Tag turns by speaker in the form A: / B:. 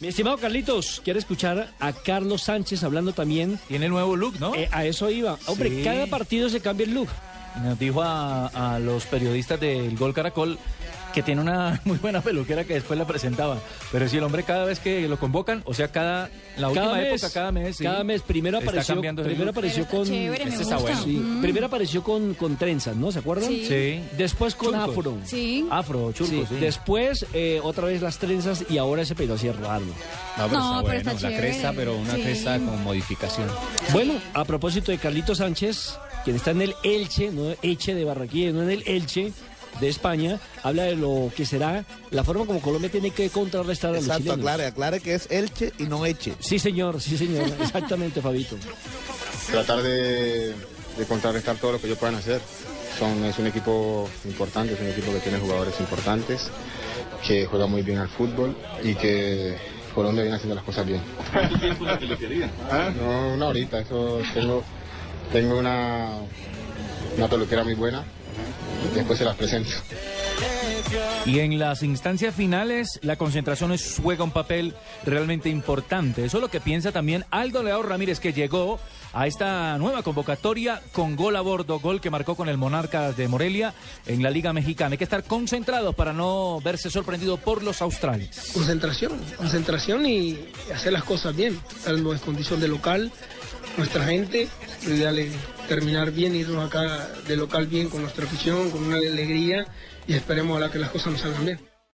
A: Mi estimado Carlitos, quiere escuchar a Carlos Sánchez hablando también.
B: Tiene nuevo look, ¿no?
A: Eh, a eso iba. Hombre,
B: Sí.
A: cada partido se cambia el look.
B: Nos dijo a, a los periodistas del Gol Caracol que tiene una muy buena peluquera que después la presentaba. Pero si el hombre cada vez que lo convocan, o sea, cada la última
A: Cada mes,
B: época, cada mes, sí,
A: cada mes. Primero
B: está
A: apareció,
B: cambiando ese
A: primero
B: look.
A: apareció
C: Pero
A: con.
C: está chévere, me
B: Ese está gusta. bueno.
A: Sí, Primero apareció con, con trenzas, ¿no? ¿Se acuerdan?
C: Sí.
B: Sí.
A: Después con
B: Churcos.
A: afro.
C: Sí.
B: Afro, churco,
A: Sí,
B: sí.
A: Después, eh, otra vez las trenzas y ahora ese pelo así raro.
D: No, pero está
C: No, pero
D: bueno.
C: está
D: la
C: chévere.
D: cresta, pero una
C: Sí.
D: cresta con modificación.
A: Bueno, a propósito de Carlito Sánchez, quien está en el Elche, no Elche de Barranquilla, no en el Elche de España, habla de lo que será la forma como Colombia tiene que contrarrestar a los
E: Exacto,
A: chilenos.
E: aclare, aclare que es Elche y no Eche.
A: Sí, señor, sí, señor, exactamente, Fabito.
F: tratar de, de contrarrestar todo lo que ellos puedan hacer. Son, es un equipo importante, es un equipo que tiene jugadores importantes, que juega muy bien al fútbol y que Colombia viene haciendo las cosas bien. ¿Cuánto tiempo la peluquería? No, una horita, eso tengo, tengo una, una peluquera muy buena, después se las presento.
B: Y en las instancias finales, la concentración es- juega un papel realmente importante. Eso es lo que piensa también Aldo Leao Ramírez, que llegó a esta nueva convocatoria con gol a bordo, gol que marcó con el Monarca de Morelia en la Liga Mexicana. Hay que estar concentrados para no verse sorprendido por los australes.
G: Concentración, concentración y hacer las cosas bien. Estando en condición de local, nuestra gente, lo ideal es terminar bien, irnos acá de local bien con nuestra afición, con una alegría y esperemos a que las cosas nos salgan bien.